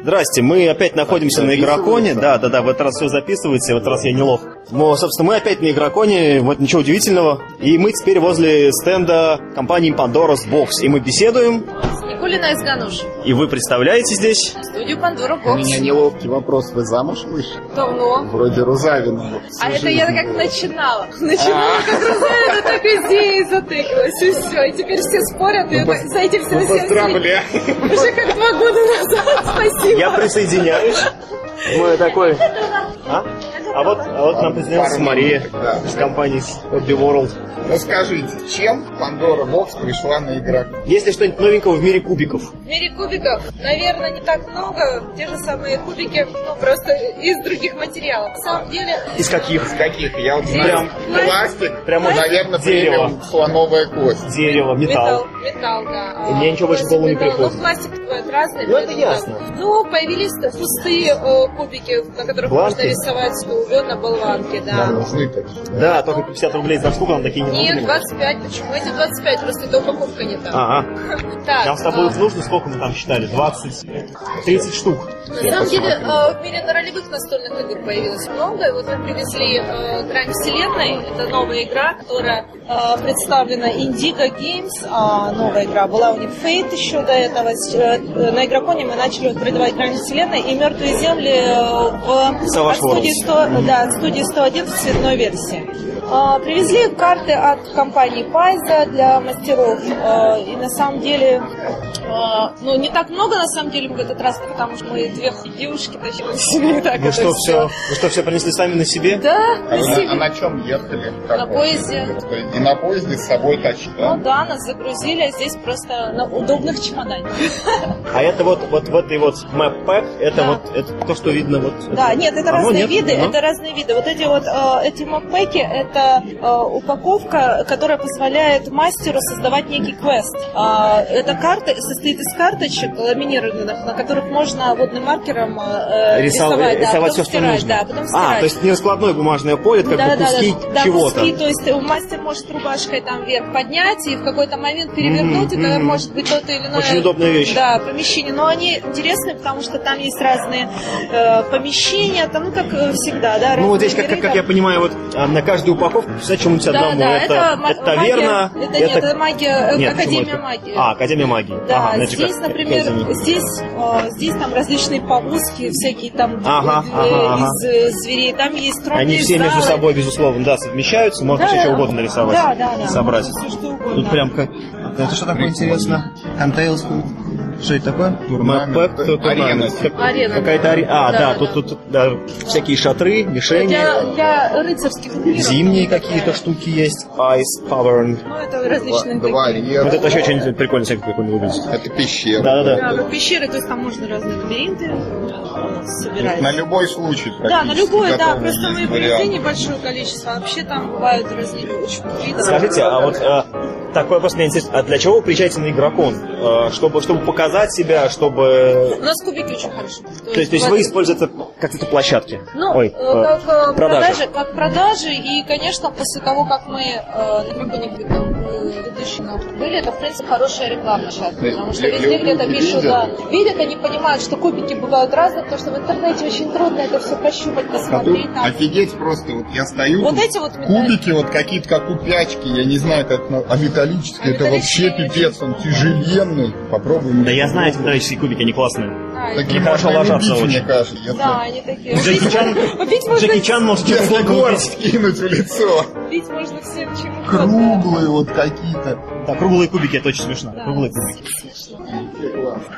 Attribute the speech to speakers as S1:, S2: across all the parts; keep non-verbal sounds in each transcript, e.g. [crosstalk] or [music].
S1: Здрасте, мы опять находимся на игроконе. Да, да, да, в этот раз все записывается, и в этот раз я не лох. Но, собственно, мы опять на игроконе, вот ничего удивительного. И мы теперь возле стенда компании Pandora's Box. И мы беседуем,
S2: Никулина из Гануш.
S1: и вы представляете здесь.
S2: Студию Пандора
S3: У
S2: Бокс.
S3: меня неловкий вопрос. Вы замуж вышли?
S2: Давно.
S3: Вроде Рузавина.
S2: А
S3: Всю
S2: это я
S3: жизнь
S2: как
S3: была.
S2: начинала.
S3: А.
S2: Начинала как Розалина, так и идеей затыкалась. И все. И теперь все спорят, и
S3: пос-
S2: за этим все
S3: Ну, поздравляю.
S2: Уже как два года назад. Спасибо.
S1: Я присоединяюсь. Мы такой... А? А вот, а вот нам присоединилась Мария
S3: Да.
S1: из компании Hobby World.
S3: Расскажите, ну, чем Пандора Бокс пришла на игрок?
S1: Есть ли что-нибудь новенького в мире кубиков?
S2: В мире кубиков, наверное, не так много. Те же самые кубики, ну, просто из других материалов. На самом деле,
S1: Из каких?
S3: Каких? Я вот
S1: Прям-
S3: знаю. Пластик.
S1: прям вот
S3: Наверное,
S1: дерево.
S3: премиум слоновая кость.
S1: Дерево, металл.
S2: Металл, да.
S1: И мне ничего больше в голову не
S2: Пластик, металл.
S1: приходит.
S2: Ну, пластик бывает разный.
S1: Ну, это
S2: поэтому
S1: ясно.
S2: так. Ну, появились пустые э, кубики, на которых
S1: Бланки?
S2: можно рисовать что угодно, болванки, да.
S3: Нам нужны такие. да?
S1: Да, только 50 рублей за штуку нам такие не
S2: Нет,
S1: нужны.
S2: 25. Почему эти 25? Просто это упаковка не та.
S1: Ага.
S2: Так,
S1: Нам А. с тобой
S2: а,
S1: их нужно, сколько мы там считали? 20, 30 штук.
S2: На самом деле, э, в мире на ролевых настольных игр появилось много. И вот мы привезли э, «Грань вселенной». Это новая игра, которая э, представлена Indigo Games. а новая игра была у них Fate еще до этого. С- э, На игроконе мы начали вот продавать «Грань вселенной» и «Мертвые земли» э, в
S1: Savage
S2: от студии,
S1: Worlds.
S2: 100, да, от студии 101 в цветной версии. А, Привезли карты от компании Пайза для мастеров. А, И на самом деле, а, ну не так много на самом деле в этот раз, потому что мы две девушки [laughs] тащили на себе и так
S1: Вы
S2: это
S1: Ну что, все,
S2: всё.
S1: вы что, все принесли сами на себе?
S2: Да,
S3: А, вы
S2: носили.
S3: на, а на чем ехали?
S2: На поезде.
S3: То есть И на поезде с собой а тащить. да?
S2: Ну да, нас загрузили, а здесь просто на удобных чемоданах.
S1: А это вот, вот в этой вот map pack, это
S2: Да.
S1: вот это то, что видно вот.
S2: Да, нет, это
S1: Оно
S2: разные
S1: А, ну, нет,
S2: виды,
S1: но-
S2: это разные виды. Вот эти вот э, эти маппеки это э, упаковка, которая позволяет мастеру создавать некий квест. Э, эта карта состоит из карточек ламинированных, на которых можно водным маркером э,
S1: Рисовать-
S2: рисовать, да,
S1: рисовать
S2: потом
S1: все, что
S2: стирать,
S1: нужно.
S2: да, потом стирать.
S1: А, то есть не раскладное бумажное поле, это как бы куски
S2: да,
S1: чего-то.
S2: куски, то есть э, мастер может рубашкой там вверх поднять и в какой-то момент перевернуть,
S1: Мгм,
S2: это
S1: мгм.
S2: может быть то-то или иное.
S1: Очень удобная вещь.
S2: Да, помещение. Но они интересны, потому что там есть разные э, помещения, там, ну, как э, всегда, да.
S1: ну вот здесь,
S2: разные
S1: как, как,
S2: миры,
S1: как
S2: там.
S1: я понимаю, вот а, на каждую упаковку писать чему-нибудь
S2: да,
S1: одному.
S2: да,
S1: это,
S2: ма-
S1: это таверна,
S2: магия, это, нет, это магия, э,
S1: Нет, почему
S2: Академия
S1: это?
S2: магии.
S1: А, Академия магии.
S2: Да,
S1: Ага, значит,
S2: здесь,
S1: как-
S2: например,
S1: Академия.
S2: здесь, э, здесь там различные повозки, всякие там
S1: Ага,
S2: э,
S1: ага, ага.
S2: из э, зверей, там есть тронные
S1: Они все между
S2: залы.
S1: собой, безусловно, да, совмещаются, можно
S2: Да,
S1: все что
S2: да.
S1: угодно нарисовать,
S2: Да, да, да.
S1: собрать.
S2: Всё, что угодно.
S1: Тут прям как... Это что такое интересно? Антейлс? Что это такое?
S3: Турнамент.
S1: Маппэк, то-
S3: Арена.
S1: турнамент.
S2: Арена,
S1: Какая-то арена. А,
S2: Да,
S1: да,
S2: да,
S1: тут, тут да, всякие шатры, мишени,
S2: Для, для рыцарских турниров.
S1: зимние
S2: там, да.
S1: какие-то штуки есть. Ice Tavern.
S2: Ну, это различные такие.
S3: Дворец.
S1: Вот это еще что-нибудь прикольное, всякое прикольное выглядит.
S3: Это пещера.
S1: Да-да-да.
S2: Да, как пещеры, то есть там можно разные лабиринты э,
S3: То есть
S2: собирать.
S3: На любой случай.
S2: Да, на
S3: практически
S2: любое, да,
S3: готовы
S2: просто мы
S3: есть
S2: привезли
S3: варианты.
S2: небольшое количество, а вообще там бывают разные очень виды.
S1: Скажите, а вот э, такой вопрос меня интересует. А для чего вы приезжаете на игрокон? Э, чтобы, чтобы показать себя, чтобы
S2: У нас кубики очень хорошо.
S1: То есть, то есть вы
S2: типа
S1: используете это как это площадки?
S2: Ну,
S1: Ой,
S2: э,
S1: э,
S2: как
S1: продажи.
S2: э, продажи, как продажи, и, конечно, после того, как мы э, на Крюкове, э, предыдущем были, это, в принципе, хорошая реклама сейчас,
S3: То есть
S2: потому что
S3: лю-
S2: везде
S3: люди
S2: где-то пишут,
S3: видят?
S2: да, видят, они понимают, что кубики бывают разные, потому что в интернете очень трудно это все пощупать,
S3: А тут
S2: посмотреть, там,
S3: офигеть просто, вот я стою,
S2: Вот
S3: тут
S2: эти вот металли-
S3: кубики вот какие-то как упячки, я не знаю, как, на- а металлические,
S2: А
S3: это
S2: металлические
S3: вообще пипец, он тяжеленный. Попробуем.
S1: Да я знаю эти металлические кубики, они классные.
S2: да, это-
S3: Такие
S1: Хорошо
S3: можно
S1: ложатся
S3: убить,
S1: очень.
S3: мне кажется. если-
S2: Да, они такие.
S1: Джеки
S2: Убить
S1: Чан-
S2: можно- убить
S1: Джеки
S2: можно,
S1: Чан может через
S3: Если
S1: сколько
S3: горсть
S1: убить.
S3: кинуть в лицо.
S2: убить можно всем чем угодно.
S3: Круглые вот какие-то.
S1: Да, круглые кубики, это очень смешно.
S2: Да.
S1: Круглые кубики.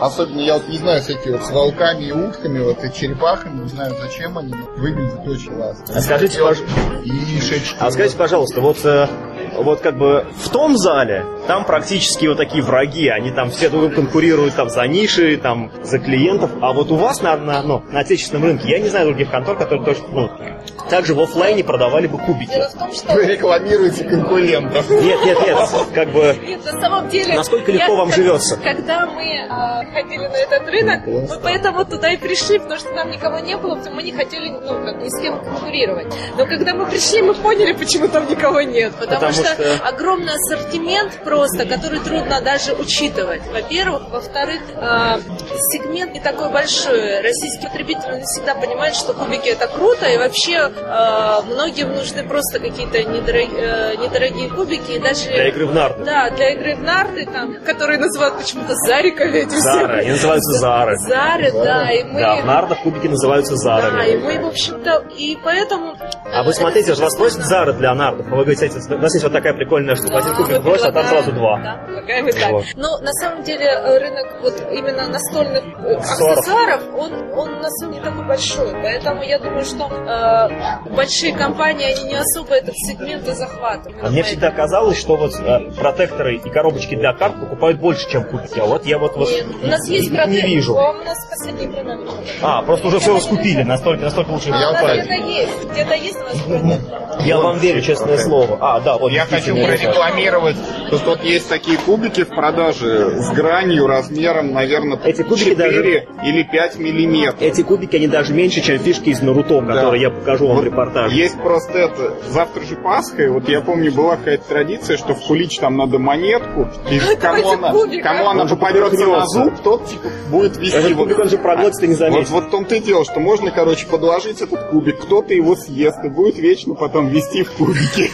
S3: Особенно, я вот не знаю, всякие вот с волками и утками, вот и черепахами, не знаю, зачем они, но выглядят очень ласково.
S1: А скажите, пож-
S3: Ишечки.
S1: а скажите, пожалуйста, вот, э, вот как бы в том зале, там практически вот такие враги, они там все друг друга конкурируют там за ниши, там за клиентов, а вот у вас на, на, ну, на отечественном рынке, я не знаю других контор, которые тоже, ну, также в оффлайне продавали бы кубики.
S2: Дело в том, что...
S3: Вы рекламируете конкурентов.
S1: Нет, нет, нет, как бы
S2: Нет, на самом деле...
S1: Насколько легко вам
S2: как-
S1: живется? Ну,
S2: Когда мы а, ходили на этот рынок, мы поэтому туда и пришли, потому что там никого не было, потому что мы не хотели ну, как, ни с кем конкурировать. Но когда мы пришли, мы поняли, почему там никого нет. Потому,
S1: Потому
S2: что, что
S1: что-
S2: огромный ассортимент просто, который трудно даже учитывать. Во-первых. Во-вторых, э, сегмент не такой большой. Российский потребитель не всегда понимает, что кубики это круто, и вообще э, многим нужны просто какие-то недорог- э, недорогие кубики, и даже...
S1: Для игры в нарды.
S2: Да, для игры в нарты, там, которые называют почему-то зариками эти
S1: Зара, они
S2: все.
S1: называются Зары.
S2: Зары, да, и мы...
S1: Да, в нардах кубики называются Зарами.
S2: Да, и мы, в общем-то, и поэтому... э,
S1: А вы смотрите, вот вас просят Зара для нардов, а вы говорите, «Кстати, у нас есть вот такая прикольная штука, один кубик бросил, а там сразу два.
S2: Да, предлагаем и так.
S1: Вот.
S2: Но на самом деле э, рынок вот именно настольных э,
S1: Аксессуаров.
S2: аксессуаров, он, он на самом деле такой большой. Поэтому я думаю, что э, большие компании, они не особо этот сегмент и захватывают.
S1: А мне всегда казалось, что вот э, протекторы и коробочки для карт покупают больше, чем кубики. А вот я вот, вот
S2: Нет, у нас есть
S1: не
S2: продукт,
S1: вижу.
S2: а у нас последний время нет.
S1: А, просто уже все раскупили, настолько, настолько лучше
S3: Я Ну,
S2: А, у нас
S3: парень.
S1: покупать.
S2: где-то есть, где-то есть у нас продукт.
S1: Я вам верю, честное
S3: Окей.
S1: слово. А, да, вот.
S3: Я хочу
S1: действительно,
S3: прорекламировать, что тут есть такие кубики в продаже с гранью размером, наверное,
S1: Эти кубики
S3: 4 или 5 миллиметров.
S1: Эти кубики, они даже меньше, чем фишки из Наруто, которые я покажу вам в
S3: Вот
S1: репортаже.
S3: Есть просто это, завтра же Пасха, и вот я помню, была какая-то традиция, что в кулич там надо монетку, и кому
S2: Давайте
S3: она,
S2: Ну, кубик,
S3: кому
S2: а?
S3: она
S1: Он же
S3: попадется на
S1: поперхнется.
S3: зуб, тот типа, будет вести
S1: Этот
S3: вот
S1: кубик он же проглотит и не
S3: Вот,
S1: заметит.
S3: вот в том-то и дело, что можно, короче, подложить этот кубик, кто-то его съест и будет вечно потом вести в кубике.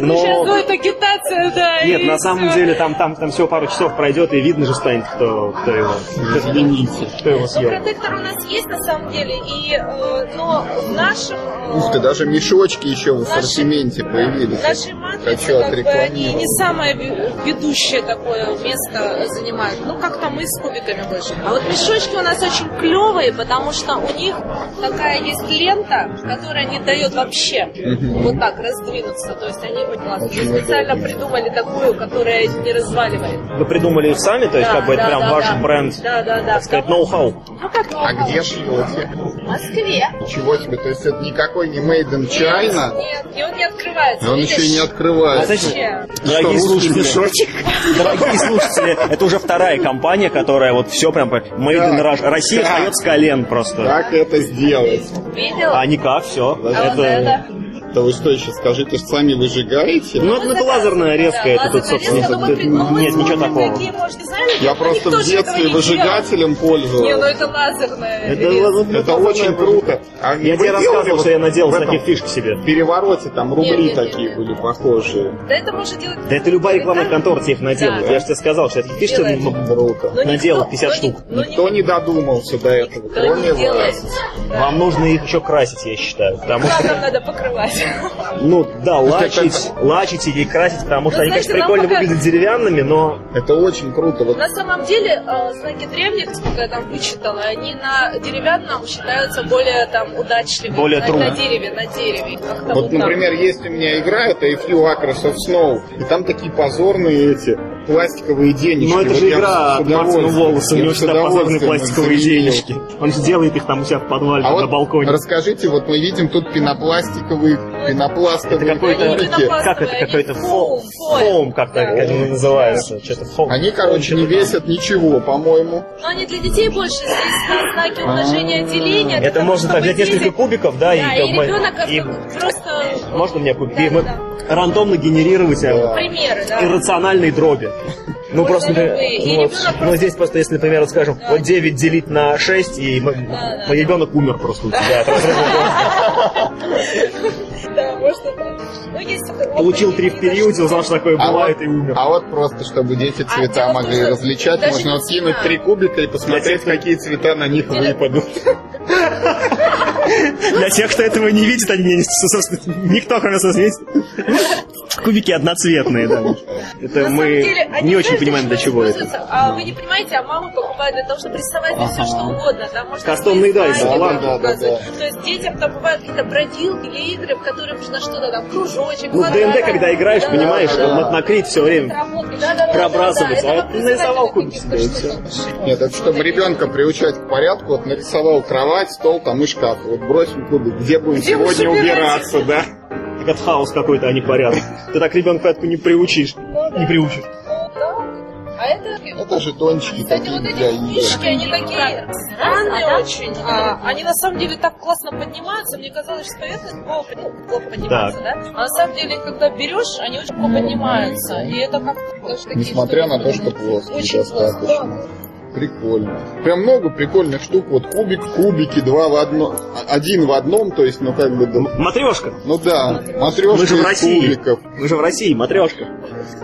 S3: ну.
S2: Сейчас
S1: Но...
S2: будет агитация, да.
S1: Нет,
S2: и
S1: на самом
S2: всё.
S1: деле там, там, там всего пару часов пройдет и видно же станет, кто, кто его,
S3: Извините.
S1: кто его
S2: Ну,
S1: съел.
S2: протектор у нас есть на самом деле, и, э, но в нашем... э,
S3: Ух ты, даже мешочки еще в
S2: Наши-
S3: ассортименте появились.
S2: Наши матрицы,
S3: Хочу
S2: как бы, они
S3: отрекламировать.
S2: не самое ве- ведущее такое место занимают. Ну, как-то мы с кубиками больше. А вот мешочки у нас очень клевые, потому что у них такая есть лента, которая не дает вообще вот так раздвинуться. То есть они вот ладно,
S3: Очень
S2: мы специально
S3: удобно.
S2: придумали такую, которая не разваливает.
S1: Вы придумали их сами, то есть
S2: Да,
S1: как бы это
S2: да,
S1: прям
S2: да,
S1: ваш
S2: да.
S1: бренд,
S2: Да, да, да.
S1: так сказать, ноу-хау.
S2: Ну, как
S3: А
S2: ноу-хау?
S3: где шьете?
S2: В Москве.
S3: Чего тебе? То есть это никакой не made in China?
S2: Нет, и он не открывается.
S3: И он еще и не
S2: видишь?
S1: А
S3: открывается.
S1: знаете,
S2: Вообще.
S1: дорогие
S3: Что, русский
S1: слушатели,
S3: мешочек?
S1: дорогие слушатели, это уже вторая компания, которая вот все прям по- made in
S3: Как?
S1: Russia. Россия
S3: Как?
S1: встает с колен просто.
S3: Как это сделать?
S2: Видела?
S1: А никак, все.
S2: А вот это...
S3: Да вы что еще скажите, что сами выжигаете?
S1: Ну, это, это лазерная резка, это тут, собственно,
S2: ну,
S1: тут- нет, ничего такого.
S3: Я просто в детстве выжигателем
S2: Не, ну
S3: пользовался.
S2: это лазерная.
S1: Это,
S2: резка.
S1: ну,
S3: Это
S1: самое
S3: очень
S1: круто.
S3: круто.
S1: Я
S3: А вы
S1: тебе
S3: делали
S1: рассказывал,
S3: вот
S1: что я надел
S3: в
S1: с
S3: этом
S1: таких фишек себе.
S3: перевороте, там рубли
S2: Не-не-не-не.
S3: такие были похожие.
S2: Да это может делать...
S1: Да это любая рекламная
S2: Да.
S1: контора тебе их наделает.
S2: Да.
S1: Я же тебе сказал, что эти фишки
S2: Делает.
S1: м,
S3: Круто.
S2: Но никто-
S1: наделал 50
S2: но ни-
S1: штук.
S2: но
S3: Никто не додумался до этого,
S2: ну, никто не
S3: кроме
S2: делает.
S3: вас.
S1: вам нужно их еще красить, я считаю. Потому что,
S2: Краном надо покрывать.
S1: ну да,
S3: Это
S1: лачить, лачить и красить, потому что
S2: Ну,
S1: они, конечно,
S2: знаете, нам
S1: прикольно
S2: пока-
S1: выглядят деревянными, но
S3: Это очень круто. Вот
S2: На самом деле, э, знаки древних, сколько я там вычитала, они на деревянном считаются более там удачливыми.
S1: Более
S2: на,
S1: трудно.
S2: на дереве, на дереве. Как-то
S3: Вот,
S2: так.
S3: например, есть у меня игра, это A Few Acres of Snow, и там такие позорные эти пластиковые денежки.
S1: Ну это
S3: Вот
S1: же
S3: я
S1: игра
S3: с
S1: от Мартина
S3: удовольствием-
S1: Волоса, у
S3: я
S1: него
S3: с
S1: всегда позорные
S3: удовольствием
S1: пластиковые
S3: заменил.
S1: денежки. Он же делает их там у себя в подвале,
S3: А
S1: на
S3: вот
S1: балконе.
S3: расскажите, вот мы видим тут пенопластиковые, пенопластовые
S1: Это какой-то-
S3: кубики.
S2: Они пенопласт-
S1: Как это,
S2: Они
S1: какой-то
S2: фоум,
S1: фоум,
S2: фоум.
S1: фоум как-то
S2: Да.
S1: как они называются, что-то фоум.
S3: Они, короче,
S1: Фоум что-то
S3: не
S1: там.
S3: весят ничего, по-моему.
S2: Но они для детей больше здесь на знаки умножения деления. для
S1: А, Это
S2: того,
S1: можно так
S2: чтобы
S1: взять
S2: дети-
S1: несколько кубиков, да,
S2: Да,
S1: и как
S2: и
S1: бы-
S2: ребенок
S1: и-
S2: как-то просто
S1: Можно мне кубики? И
S2: Да,
S1: мы рандомно генерировать э,
S3: Да.
S2: примеры, да.
S1: иррациональные дроби. Ну
S2: Ой,
S1: просто,
S2: да,
S1: например,
S2: любые. И
S1: ну, вот,
S2: ребенок
S1: ну, здесь просто, если, например, вот скажем,
S2: Да.
S1: вот 9 делить на 6, и мы-
S2: да.
S1: мой ребенок умер просто у
S2: [laughs]
S1: тебя от разрыва
S2: Да, можно так. Ну, есть это опыт,
S1: Получил три
S2: и
S1: в периоде, узнал, что такое
S3: А
S1: бывает,
S3: вот-
S1: и умер.
S3: А вот просто, чтобы дети
S2: А
S3: цвета
S2: дело в том,
S3: могли
S2: что
S3: различать,
S2: даже
S3: можно
S2: не
S3: вот кинуть
S2: цвета.
S3: три кубика и посмотреть,
S1: Для тех,
S3: какие цвета на них
S2: Или-
S3: выпадут.
S1: [laughs] Для тех, кто этого не видит, они, не- собственно, никто, кроме нас, не видит. Кубики одноцветные, да. Это
S2: На самом
S1: мы
S2: деле, они
S1: не очень
S2: знают,
S1: понимаем, для чего это.
S2: используются. А вы не понимаете, а мамы покупают для того, чтобы рисовать на все
S3: Ага.
S2: что угодно. Там можно
S1: Кастомные, да,
S2: свои
S1: из
S2: знаки
S1: Алана,
S2: там
S3: да, да,
S2: указывать. То есть детям там бывают какие-то бродилки или игры, в которые нужно что-то там, кружочек,
S1: Ну, в ДНД, когда играешь, понимаешь,
S3: да, да.
S1: вот накрыть все время. пробрасывать, а
S2: это
S1: ты нарисовал кубик
S2: типа,
S1: себе, и всё.
S3: Нет, это чтобы ребенка приучать к порядку, вот нарисовал кровать, стол там и шкаф. Вот бросим кубик, где будем
S2: Где мы
S3: сегодня
S2: собираться?
S3: убираться, да?
S1: Так это хаос какой-то, а не порядок. Ты так ребенка порядку не приучишь.
S2: Ну, да.
S1: Не приучишь.
S2: Ну, да. а это...
S3: Это жетончики
S2: Кстати,
S3: такие
S2: вот
S3: для
S2: эти
S3: игр.
S2: книжки, они такие странные очень. А, они на самом деле так классно поднимаются. Мне казалось, что это плохо, ну, плохо поднимается, да? А на самом деле, когда берешь, они очень плохо поднимаются. И это как-то даже такие
S3: Несмотря
S2: штуки.
S3: на то, что плоские
S2: Очень
S3: достаточно.
S2: плоско.
S3: Прикольно. Прям много прикольных штук. Вот кубик, кубики, два в одном. Один в одном, то есть, ну как бы... да.
S1: Матрешка.
S3: Ну да,
S1: Мы же в
S3: матрешка из
S1: России.
S3: кубиков.
S1: Мы же в России, матрешка.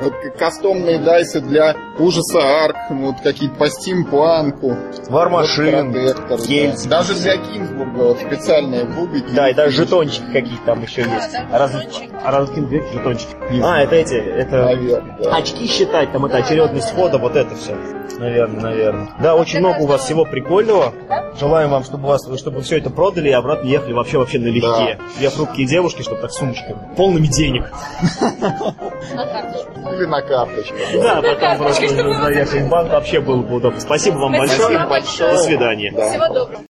S3: Вот к- кастомные дайсы для ужаса арк, ну, вот какие-то по стимпанку,
S1: Вармашин.
S3: протектор,
S1: Гельц.
S3: да. Даже для Кинзбурга вот специальные кубики.
S1: Да, и даже жетончики какие-то там еще
S2: Да,
S1: есть. А
S2: да,
S1: Раз...
S2: жетончики.
S1: Раз... жетончики.
S3: Не
S1: А,
S3: знаю.
S1: это эти, это
S3: Наверное, да.
S1: очки считать, там это
S2: Да,
S1: очередность
S2: да, да.
S1: хода, вот это все. Наверное, наверное. Да, очень много у вас всего прикольного. Желаем вам, чтобы вас, чтобы все это продали и обратно ехали вообще вообще налегке. Я хрупкие девушки, чтобы так с сумочками. Полными денег.
S2: На карточку.
S3: Или на карточку.
S1: Да, потом
S2: карточкой,
S1: просто
S2: чтобы
S1: заехать в банк вообще было бы удобно. Спасибо вам
S2: Спасибо
S1: большое.
S2: большое.
S1: До свидания.
S3: Да.
S2: Всего доброго.